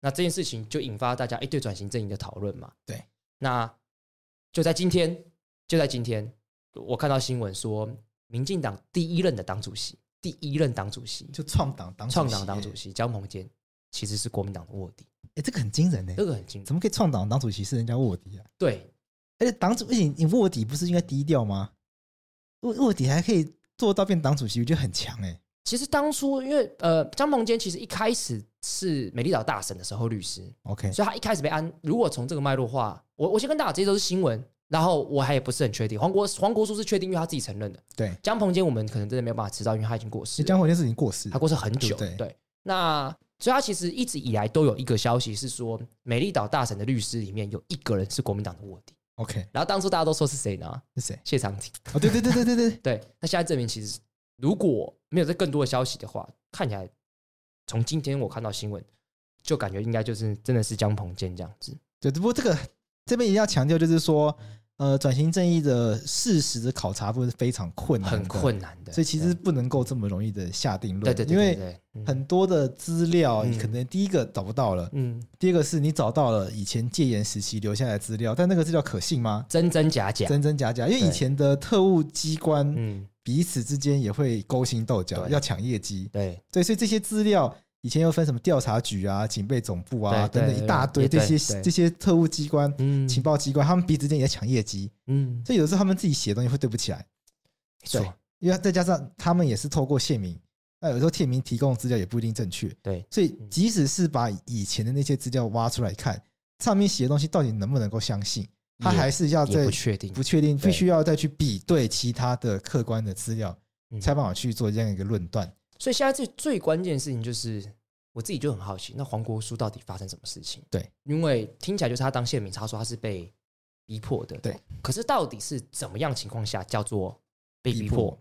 那这件事情就引发大家哎对转型阵营的讨论嘛，对，那就在今天，就在今天，我看到新闻说，民进党第一任的党主席，第一任党主席就创党党创党党主席，席江鹏坚其实是国民党的卧底，哎，这个很惊人呢、这个很清楚怎，么可以创党党主席是人家卧底啊？对而且党主，而且你卧底不是应该低调吗？卧卧底还可以做到变党主席，我觉得很强哎、其实当初，因为呃，江鹏坚其实一开始是美丽岛大审的时候律师， OK，所以他一开始被安。如果从这个脉络话，我我先跟大家，这些都是新闻，然后我还也不是很确定。黄国黄国书是确定，因为他自己承认的。对，江鹏坚我们可能真的没有办法知道，因为他已经过世就了，江宏杰是已经过世他，过世很久。对不对，那所以他其实一直以来都有一个消息是说，美丽岛大神的律师里面有一个人是国民党的卧底。 OK 然后当初大家都说是谁呢？是谁？谢长廷。哦，对对对对对对，对，那现在证明其实如果没有这更多的消息的话，看起来从今天我看到新闻，就感觉应该就是真的是江鹏坚这样子。对，只不过这个这边一定要强调，就是说，呃，转型正义的事实的考察部分是非常困难的，很困难的，所以其实不能够这么容易的下定论，对对对，因对为对对嗯很多的资料嗯可能第一个找不到了，嗯第二个是你找到了以前戒严时期留下来的资料，但那个资料可信吗？真真假假，真真假假，因为以前的特务机关嗯彼此之间也会勾心斗角，对要抢业绩，对对，所以这些资料以前又分什么调查局啊、警备总部啊对等对等一大堆对这对些对这些特务机关、嗯情报机关，他们彼此之间也抢业绩，嗯所以有的时候他们自己写的东西会对不起来。没错对因为再加上他们也是透过县民，那有时候县民提供的资料也不一定正确，对所以即使是把以前的那些资料挖出来看，上面写的东西到底能不能够相信，他还是要也在不确定不。确定，对必须要再去比对其他的客观的资料，嗯才有办法去做这样一个论断。所以现在最最关键的事情就是，我自己就很好奇，那黄国书到底发生什么事情？对，因为听起来就是他当县民，他说他是被逼迫的。哦对，可是到底是怎么样情况下叫做被逼迫？逼迫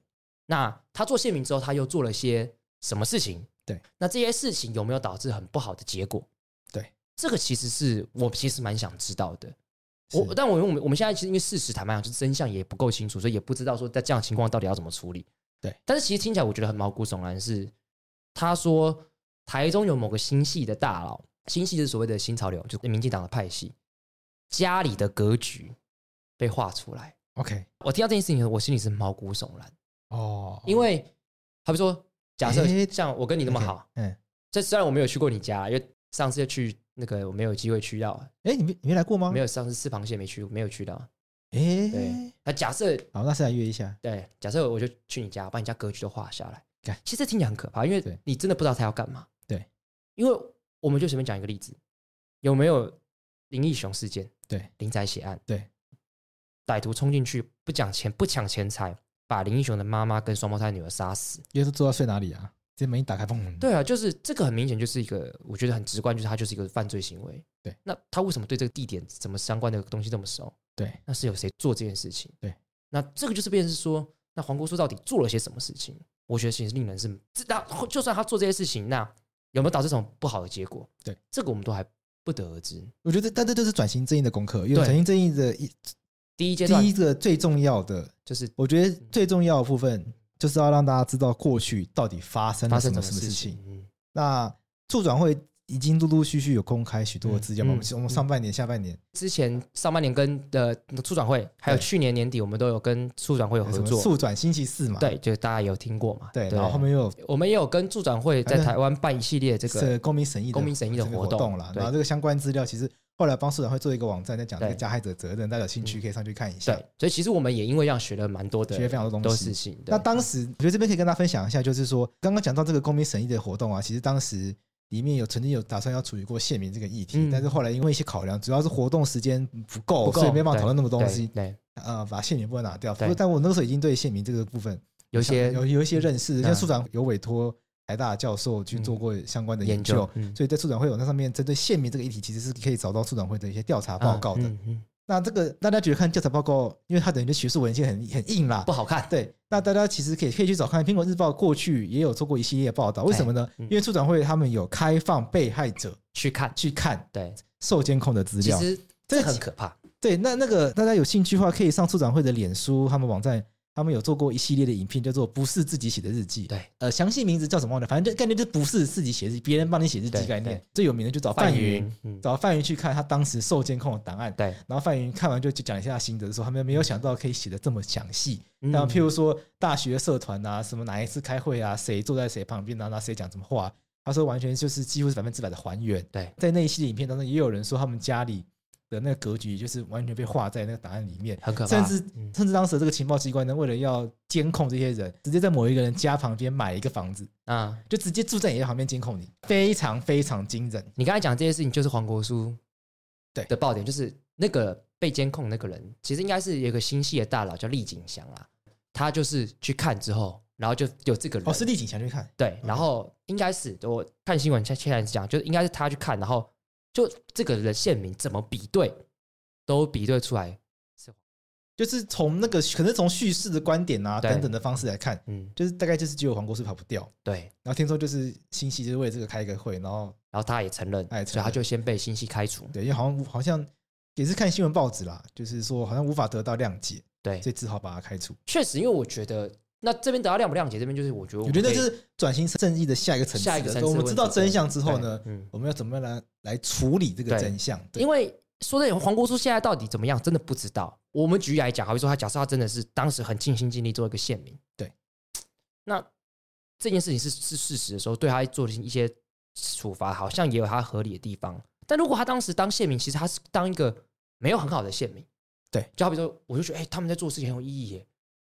那他做县民之后，他又做了些什么事情？对，那这些事情有没有导致很不好的结果？对，这个其实是我其实蛮想知道的。我是但我因为我们我们现在其实因为事实坦白讲，就是真相也不够清楚，所以也不知道说在这样的情况到底要怎么处理。对，但是其实听起来我觉得很毛骨悚然是，他说台中有某个新系的大佬，新系就是所谓的新潮流，就是民进党的派系，家里的格局被画出来。 OK 我听到这件事情，我心里是毛骨悚然，哦，因为好比说，假设诶像我跟你那么 OK，好，嗯，这虽然我没有去过你家，因为上次去那个我没有机会去到，哎，你没你没来过吗？没有，有上次吃螃蟹没去，没有去到。对哎，，那假设好，那再来约一下，对，假设我就去你家，把你家格局都画下来干。其实这听起来很可怕，因为对你真的不知道他要干嘛。对，因为我们就随便讲一个例子，有没有林义雄事件、对林宅血案？对，歹徒冲进去不讲钱、不抢钱财，把林义雄的妈妈跟双胞胎女儿杀死。约是坐到睡哪里啊？这门一打开，砰，对啊，就是这个很明显就是一个，我觉得很直观，就是他就是一个犯罪行为。对，那他为什么对这个地点怎么相关的东西这么熟？对，那是有谁做这件事情？对，那这个就是变成是说，那黄国书到底做了些什么事情？我觉得其实令人是，这那就算他做这些事情，那有没有导致什么不好的结果？对，这个我们都还不得而知。我觉得但这就是转型正义的功课，因为对转型正义的一第一阶段第一个最重要的，就是我觉得最重要的部分就是要让大家知道过去到底发生发了什生么什么什么事事情。嗯，那促转会已经陆陆续续有公开许多的资料嘛，嗯我们我们上半年、下半年之前上半年跟的促转会，还有对去年年底，我们都有跟促转会有有合什么作。速转星期四嘛，对，就是大家有听过嘛？对，然后后面又有我们也有跟助转会在台湾办一系列这这个个公民审议的公民审议的这个活活动动啦，对然后这个相关资料其实后来帮促转会做一个网站，在讲这个对嗯加害者责任，大家有兴趣可以上去看一下对，，所以其实我们也因为这样学了蛮多的，学了非常多东西事情。对那当时我觉得这边可以跟大家分享一下，就是说刚刚讲到这个公民审议的活动啊，其实当时里面有曾经有打算要处理过县民这个议题，嗯但是后来因为一些考量，主要是活动时间不够，不够所以没办法讨论那么多东西，对，对呃，把县民部分拿掉。对不过但我那个时候已经对县民这个部分有一些有有一些认识，嗯像处长有委托台大教授去做过相关的研研究究，嗯所以在处长会有那上面针对县民这个议题，其实是可以找到处长会的一些调查报告的。嗯嗯嗯那这个大家觉得看调查报告，因为它等于就学术文献很很硬啦，不好看。对，那大家其实可以可以去找看，《苹果日报》过去也有做过一系列报道，为什么呢？嗯因为处长会他们有开放被害者去看，去看对，受监控的资其料。实这这很可怕。对，那那个大家有兴趣的话，可以上处长会的脸书他们网站。他们有做过一系列的影片，叫做“不是自己写的日记”。对，呃，详细名字叫什么忘了，反正就概念就是不是自己写日记，别人帮你写日对记概对念。最有名的就找范范云，，嗯，找范云去看他当时受监控的档案，对，然后范云看完就就讲一下心得，说他们没有想到可以写的这么详细。嗯那譬如说大学社团啊，什么哪一次开会啊，谁坐在谁旁边啊，那谁讲什么话，他说完全就是几乎是百分之百的还原。对，在那一系列影片当中，也有人说他们家里的那个格局就是完全被画在那个档案里面，很可怕，甚至嗯甚至当时的这个情报机关呢，为了要监控这些人，直接在某一个人家旁边买一个房子，啊，就直接住在你的旁边监控你，非常非常惊人。你刚才讲这些事情，就是黄国书对的爆点，就是那个被监控那个人，其实应该是有一个新系的大佬叫厉景祥啦，他就是去看之后，然后就有这个人哦，是嗯立警想去看，对，然后应该是我看新闻，现现在是这样，就是应该是他去看，然后就这个人县民怎么比对，都比对出来，就是从那个可能从叙事的观点啊对等等的方式来看，嗯，就是大概就是只有黄国书跑不掉。对，然后听说就是新系就是为了这个开一个会，然后然后他也承认，他也承认所以他就先被新系开除，对，因为好像好像也是看新闻报纸啦，就是说好像无法得到谅解，对，所以只好把它开除。确实，因为我觉得那这边得到谅不谅解，这边就是我觉得我我觉得可以就是转型正义的下一个层次下了。一个层次我们的知道问题对真相之后呢，对嗯我们要怎么样来来处理这个对真相？对因，为说真的，黄国书现在到底怎么样，真的不知道。我们举例来讲，好比说他假设他真的是当时很尽心尽力做一个县民，对，那这件事情是是事实的时候，对他做一些处罚，好像也有他合理的地方。但如果他当时当县民，其实他是当一个没有很好的县民，对，就好比说，我就觉得哎、他们在做事情很有意义耶，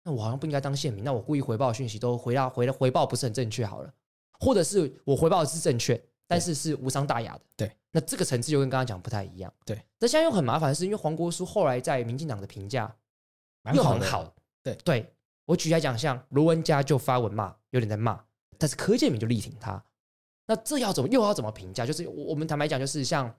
那我好像不应该当县民，那我故意回报的讯息都回到回回报不是很正确好了，或者是我回报的是正确，但是是无伤大雅的。对，那这个层次就跟刚刚讲不太一样。对，那现在又很麻烦，是因为黄国书后来在民进党的评价蛮又好很的，好。对对，我举来讲，像罗文佳就发文骂，有点在骂，但是柯建明就力挺他。那这要怎么又要怎么评价？就是我我们坦白讲，就是像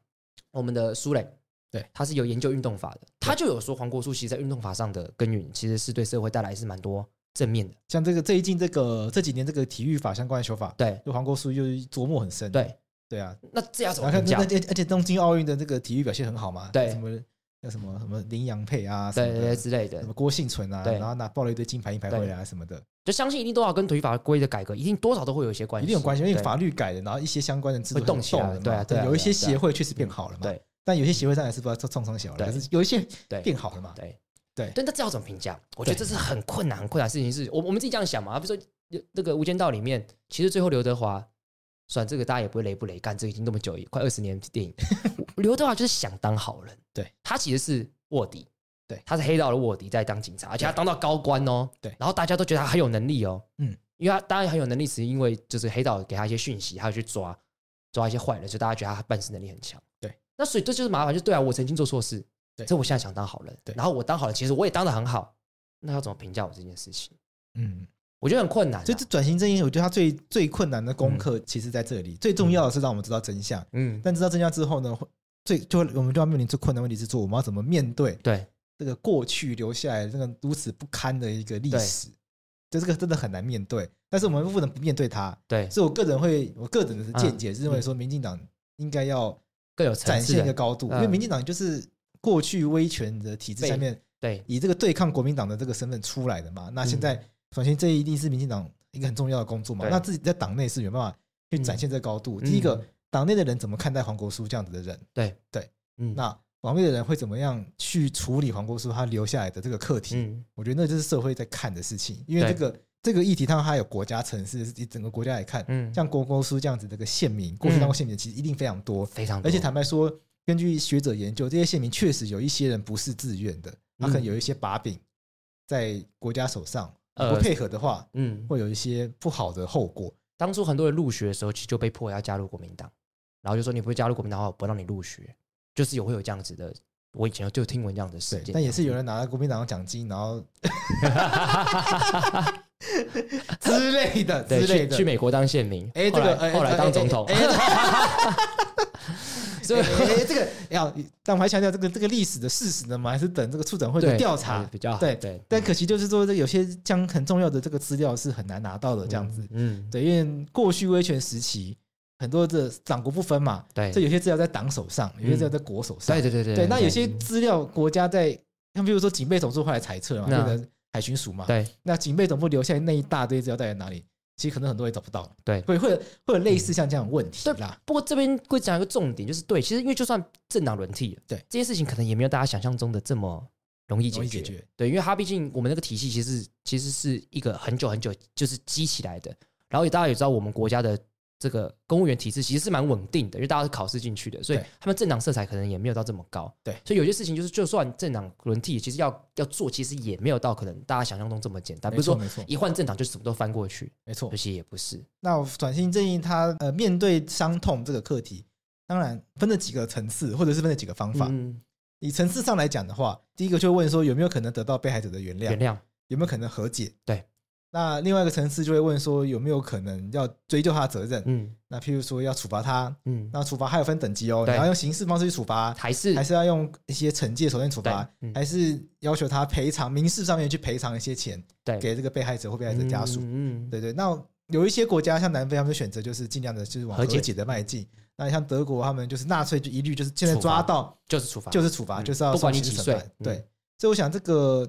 我们的苏磊，对，他是有研究运动法的，他就有说黄国书其实在运动法上的耕耘，其实是对社会带来是蛮多正面的。像这个最近这个这几年这个体育法相关的修法，对就黄国书又琢磨很深。对，对啊，那这要怎么然后评那价而？且而且东京奥运的这个体育表现很好嘛，对什么那什么什么林洋配啊，什对么对的对之类的什么，郭幸存啊，对然后拿抱了一堆金牌银牌回来啊什么的，就相信一定多少跟体育法规的改革，一定多少都会有一些关一系，定有关系，因为对法律改了，然后一些相关的制度会动起来了嘛对啊对啊有一些对啊对啊协会确实变好了嘛，对但有些协会当然是不知道创伤小了，对但是有一些对变好了嘛，对对但那这要怎么评价？我觉得对这是很困难、很困难的事情是。我我们自己这样想嘛，比如说有那个《无间道》里面，其实最后刘德华，算这个大家也不会雷不雷，干这个已经那么久，快二十年的电影， [LAUGHS] 刘德华就是想当好人，对他其实是卧底，对他是黑道的卧底在当警察，而且他当到高官哦，对然后大家都觉得他很有能力哦，嗯，因为他当然很有能力，是因为就是黑道给他一些讯息，他要去抓抓一些坏人，所以大家觉得他办事能力很强，对，那所以这就是麻烦，就对啊，我曾经做错事，对这我现在想当好人，对然后我当好人，其实我也当的很好，那要怎么评价我这件事情？嗯，我觉得很困难啊、所以这转型正义，我觉得它最最困难的功课其实在这里，最重要的是让我们知道真相，嗯，但知道真相之后呢，会最就会我们就要面临最困难的问题是做我们要怎么面对对这个过去留下来的这个如此不堪的一个历史，就这个真的很难面对。但是我们不能不面对它，对，所以我个人会，我个人嗯的见解是认为说，民进党应该要更有层展次现一个的，高度，因嗯为民进党就是过去威权的体制下面对以这个对抗国民党的这个身份出来的嘛。那现在首先这一定是民进党一个很重要的工作嘛。嗯对那自己在党内是有办法去展现这个高度。嗯第一个嗯，党内的人怎么看待黄国书这样子的人？对对，嗯那党内的人会怎么样去处理黄国书他留下来的这个课题？嗯我觉得那就是社会在看的事情，因为对这个这个议题，它还有国家层次，是整个国家来看，嗯，像郭郭书这样子这个县民，过去当过县民的其实一定非常多，非常多，而且坦白说，根据学者研究，这些县民确实有一些人不是自愿的，他可能有一些把柄在国家手上，嗯呃不配合的话，嗯，会有一些不好的后果。当初很多人入学的时候，其实就被迫要加入国民党，然后就说你不加入国民党的话，我不让你入学，就是有会有这样子的。我以前就听闻这样的事对件，，但也是有人拿了国民党的奖金，然 [LAUGHS] 后之类的之对类去的去。美国当县民，哎，这后来个哎后来哎当总统哎，哎哎所以哎哎哎这个要，但我还强调这个这个历史的事实呢吗？还是等这个促转会的 [LAUGHS] 对调查哎比较好对对，但可惜就是说，这个有些将很重要的这个资料是很难拿到的，这样子。嗯，对，因为过去威权时期，很多的党国不分嘛，对嗯这有些资料在党手上，有些资料在国手上。对对对对对那有些资料国家在，像比如说警备总部后来裁撤嘛，那变成海巡署嘛，对那警备总部留下来那一大堆资料在哪里？其实可能很多也找不到，对嗯会会有会有类似像这样的问题对啦，不过这边会讲一个重点，就是对，其实因为就算政党轮替了，对这件事情可能也没有大家想象中的这么容易解容易决。解决对，因为它毕竟我们那个体系其实其实是一个很久很久就是积起来的，然后也大家也知道我们国家的这个公务员体制其实是蛮稳定的，因为大家是考试进去的，所以对他们政党色彩可能也没有到这么高。对所以有些事情就是就算政党轮替，其实要要做，其实也没有到可能大家想象中这么简单。没不是错说没错一换政党就什么都翻过去，没错有。些也不是。那我转型正义它呃面对伤痛这个课题，当然分了几个层次，或者是分了几个方法。嗯，以层次上来讲的话，第一个就会问说有没有可能得到被害者的原谅，原谅，有没有可能和解？对。那另外一个层次就会问说有没有可能要追究他的责任？嗯那譬如说要处罚他，嗯，那处罚还有分等级哦，对你要用刑事方式去处罚，还是还是要用一些惩戒手段处罚对，嗯还是要求他赔偿民事上面去赔偿一些钱对给这个被害者或被害者家属？嗯，嗯对对，那有一些国家像南非，他们就选择就是尽量的就是往和和解解的迈进。那像德国，他们就是纳粹就一律就是现在处罚抓到就是处罚，就是处罚，嗯就是要不管送你刑几事岁审判嗯对，所以我想这个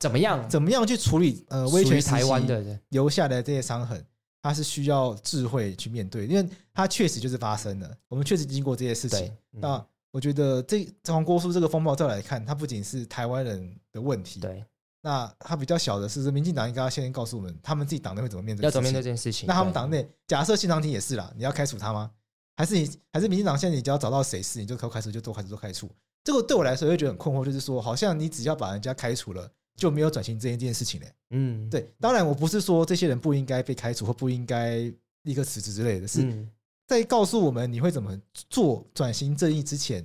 怎么样？怎么样去处理呃威属于权时台湾期的人，留下来的这些伤痕，它是需要智慧去面对，因为它确实就是发生了，我们确实经过这些事对情。，嗯那我觉得这从郭书这个风暴再来看，它不仅是台湾人的问题，对那它比较小的是，民进党应该要先告诉我们，他们自己党内会怎么面对，要怎么面对。这件事情？那他们对党内假设新党体也是啦，你要开除他吗？还是你还是民进党现在你只要找到谁是，你就可开除就都开除都开除。这个对我来说会觉得很困惑，就是说好像你只要把人家开除了，就没有转型这一件事情嘞。嗯，对，当然我不是说这些人不应该被开除或不应该立刻辞职之类的，是嗯在告诉我们你会怎么做转型正义之前，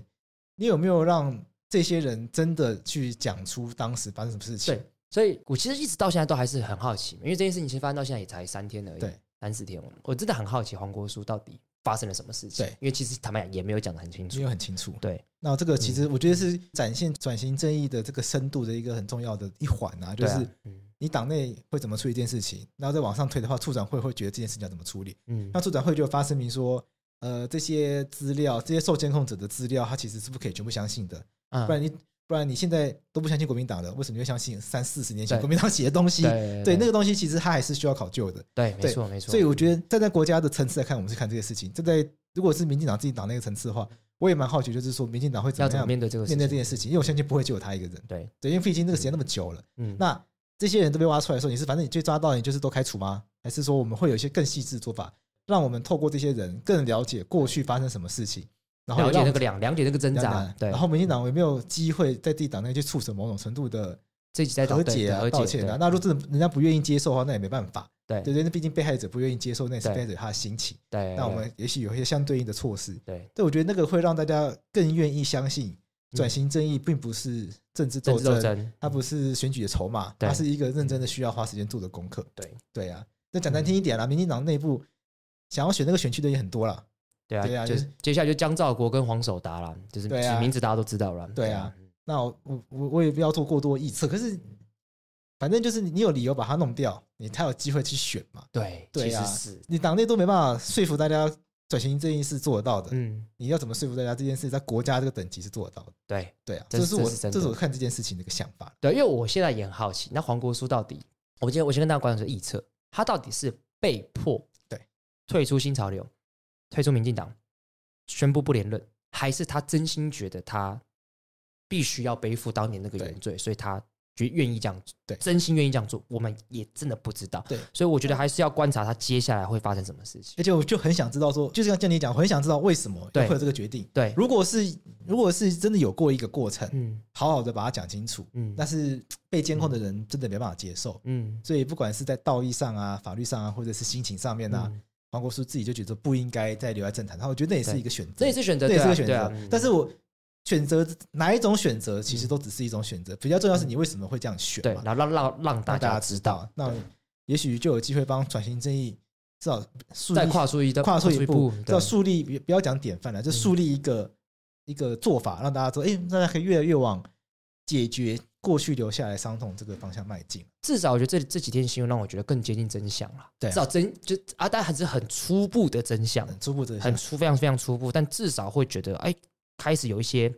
你有没有让这些人真的去讲出当时发生什么事情？对，所以我其实一直到现在都还是很好奇，因为这件事情其实发生到现在也才三天而已，对，三四天，我我真的很好奇黄国书到底发生了什么事情，对因为其实坦白讲也没有讲的很清楚没，有很清楚。对，那这个其嗯实我觉得是展现转型正义的这个深度的一个很重要的一环啊，就对啊是嗯你党内会怎么处理这件事情，然后再往上推的话，处长会会觉得这件事情要怎么处理。嗯那处长会就发声明说，呃，这些资料，这些受监控者的资料，他其实是不可以全部相信的，嗯不然你不然你现在都不相信国民党了，为什么你会相信三四十年前对国民党写的东西？对对，对那个东西其实它还是需要考究的。对，没对错没错，所以我觉得站在国家的层次来看，我们是看这个事情；站在如果是民进党自己党那个层次的话，我也蛮好奇，就是说民进党会怎要么怎么样面对这个面对这件事情，因为我相信不会只有他一个人。对，对，因为毕竟那个时间那么久了，嗯，那这些人都被挖出来的时候，你是反正你被抓到，你就是都开除吗？还是说我们会有一些更细致的做法，让我们透过这些人更了解过去发生什么事情，然后了让解我那们个两了解那个挣两扎难，对，然后民进党有没有机会在自己党内去促成某种程度的这一集在找和对解对啊、和道解歉啊？对那如果真的人家不愿意接受的话，那也没办法，对对对不对？那毕竟被害者不愿意接受，那也是对被害者他的心情。对，那我们也许有一些相对应的措施。对对，我觉得那个会让大家更愿意相信转型正义并不是政治嗯政斗治斗争，争，它不是选举的筹码，对嗯它是一个认真的需要花时间做的功课。对对啊，那嗯讲难听一点啦，民进党内部想要选那个选区的也很多啦。对对啊啊，就就是接下来就江兆国跟黄守达啦，就是对其实啊名字大家都知道了，对啊，那我我我我也不要做过多臆测，可是反正就是你有理由把它弄掉，你才有机会去选嘛。对，对其实啊是，你党内都没办法说服大家转型正义是做得到的，嗯，你要怎么说服大家这件事在国家这个等级是做得到的？对对啊，这这是是这我是真这是的我看这件事情的一个想法。对，因为我现在也很好奇，那黄国书到底，我今天我先跟大家观众说臆测，他到底是被迫对退出新潮流，退出民进党，宣布不连任，还是他真心觉得他必须要背负当年那个原罪，所以他决愿意这样做，对真心愿意这样做，我们也真的不知道，对所以我觉得还是要观察他接下来会发生什么事情。而且我就很想知道说，就是像像你讲，我很想知道为什么对会有这个决定。对，如果是如果是真的有过一个过程，嗯好好的把它讲清楚，嗯但是被监控的人真的没办法接受。嗯所以不管是在道义上啊、法律上啊，或者是心情上面啊，嗯黄国书自己就觉得不应该再留在政坛，他我觉得那也是对一个选择，这也是选择，这也是个对啊选对择。啊嗯但是我选择哪一种选择，其实都只是一种选择，比较重要是你为什么会这样选嗯对，嘛，然后让让让大让大家家知知道，道。那对也许就有机会帮转型正义至少树立再跨出一段跨出一步，对嗯至少树立不要讲典范了，就树立一个一个做法，让大家说，哎，大家可以越来越往解决过去留下来伤痛这个方向迈进。至少我觉得这这几天新闻让我觉得更接近真相了。对啊嗯至少真就啊，但还是很初步的真相，很初步这个想很法初非常非常初步，但至少会觉得哎，开始有一些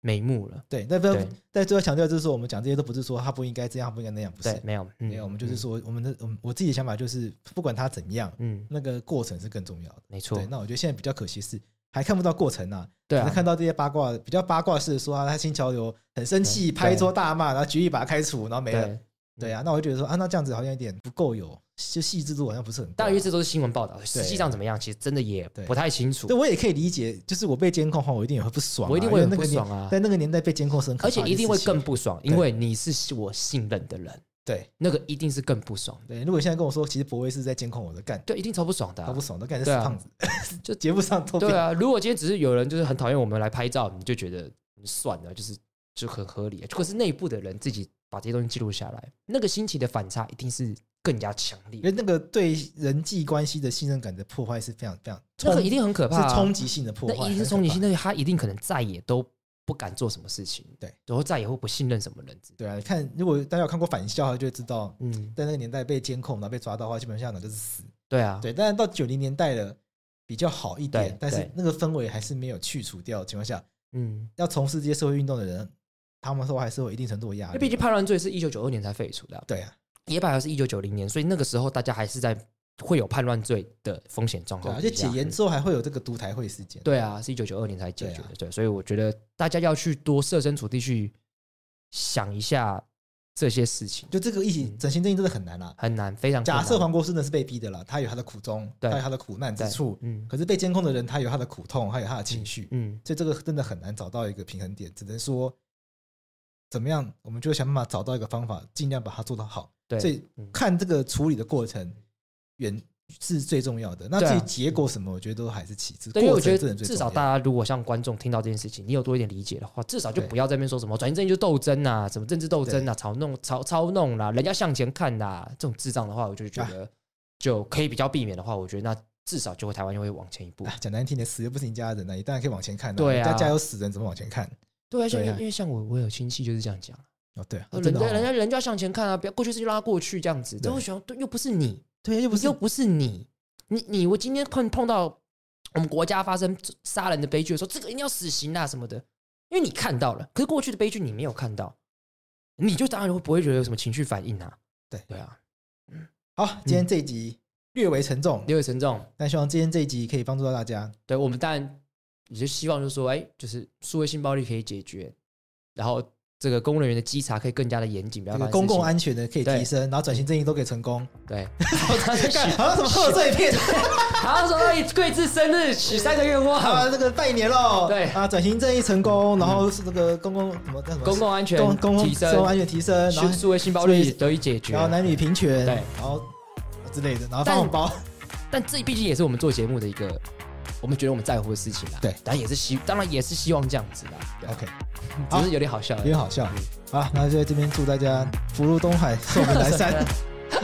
眉目了。对，但不要对，但最后强调就是说，我们讲这些都不是说他不应该这样，不应该那样，不对是，。没有，嗯没有，我们就是，说，我们的，我们我自己的想法就是，不管他怎样，嗯，嗯那个过程是更重要的。没错对，，那我觉得现在比较可惜是还看不到过程啊，对可啊能，看到这些八卦，比较八卦式的说啊，他新潮流很生气，对拍桌大骂，然后决议把他开除，然后没了。对。对嗯啊，那我就觉得说啊，那这样子好像有点不够有，就细致度好像不是很高但因为。这都是新闻报道，实际上怎么样，其实真的也啊对不太清楚对，。我也可以理解，就是我被监控的话，我一定也会不爽啊、我一定会很因为那个不年爽啊在那个年代被监控是很可怕而的事且情，一定会更不爽，因为你是我信任的人，对那个一定是更不爽的，对。如果现在跟我说，其实博威是在监控我的干，对，一定超不爽的啊、他不爽，都干是死对啊胖子，就 [LAUGHS] 节目上都对啊， [LAUGHS] 如果今天只是有人就是很讨厌我们来拍照，你就觉得算了，就是就很合理。可是内部的人自己把这些东西记录下来，那个心情的反差一定是更加强因为烈，那个对人际关系的信任感的破坏是非常非常，那个一定很可怕、啊，是冲击性的破那坏，一定是很可冲击性，怕。那他一定可能再也都不敢做什么事情，对，然后再也会不信任什么人之类的，对啊，你看如果大家有看过《返校》，就会知道，嗯，在那个年代被监控然后被抓到的话，基本上呢就是死。对啊，对，但是到九零年代了比较好一点对，但是对那个氛围还是没有去除掉的情况下，嗯，要从事这些社会运动的人，他们说还是会有一定程度的压因力。为毕竟叛乱罪是一九九二年才废除的啊、对啊，野百合是一九九零年，所以那个时候大家还是在会有叛乱罪的风险状对啊，况而底且下，解严嗯之后还会有这个独台会事件。对啊，是一九九二年才解对决啊的，对，所以我觉得大家要去多设身处地去想一下这些事情，就这个一起嗯整形正义真的很难啦、很难，非常困假设难黄国书真的是被逼的啦，他有他的苦衷，对他有他的苦难之对处，嗯可是被监控的人他有他的苦痛，还有他的情绪，嗯，所以这个真的很难找到一个平衡点，只能说怎么样，我们就想办法找到一个方法，尽量把它做到好。对，所以嗯看这个处理的过程，远是最重要的。那对啊至于结果什么，我觉得都还是其次。对，因为过我觉程真得的最至重少要。大家如果像观众听到这件事情，你有多一点理解的话，至少就对不要在那边说什么转型正义就斗争啊，什么政治斗争啊，操弄操操弄啦，人家向前看啦，这种智障的话，我就啊觉得就可以比较避免的话，我觉得那至少就会台湾就会往前一步。啊讲难听点，死又不是你家的人那你当然可以往前看、对啊啊，人家家有死人怎么往前看？对啊，因为对啊因为像我我有亲戚就是这样讲，哦，对啊，真人的家哦人家人家向前看啊，不要过去事就让他过去这样子，对然后我想对又不是你，对啊，又不是又不是你，你你我今天碰碰到我们国家发生杀人的悲剧的时候，这个一定要死刑啊什么的，因为你看到了，可是过去的悲剧你没有看到，你就当然会不会觉得有什么情绪反应啊？对对啊，好。嗯今天这一集略为沉重，六位陈总，但希望今天这一集可以帮助到大家。对我们当然也就希望就是说，哎，就是数位性暴力可以解决，然后这个公务人员的稽查可以更加的严谨，不要这发个生公共事安全的可以对提升，然后转型正义都可以成功。情 [LAUGHS] 对，干好像什么贺岁片，好像说哎贵至生日许三个愿望，啊，这个拜年喽。对嗯啊，转型正义成功，然后是这个公共什么叫什么公共安全公公共提升公共安全提升，然数后数位性暴力得以解决，然后男女平权，对然后之类的，然后但发红 [LAUGHS] 包。但这毕竟也是我们做节目的一个，我们觉得我们在乎的事情啦。对当然也是希，当然也是希望这样子啦。对啊 OK，好只是有点好笑而已，有点好笑。好了，那就在这边 [LAUGHS] [LAUGHS] 祝大家福如东海，寿比南山。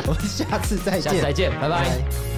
我们下次再下次见再，见，拜拜。拜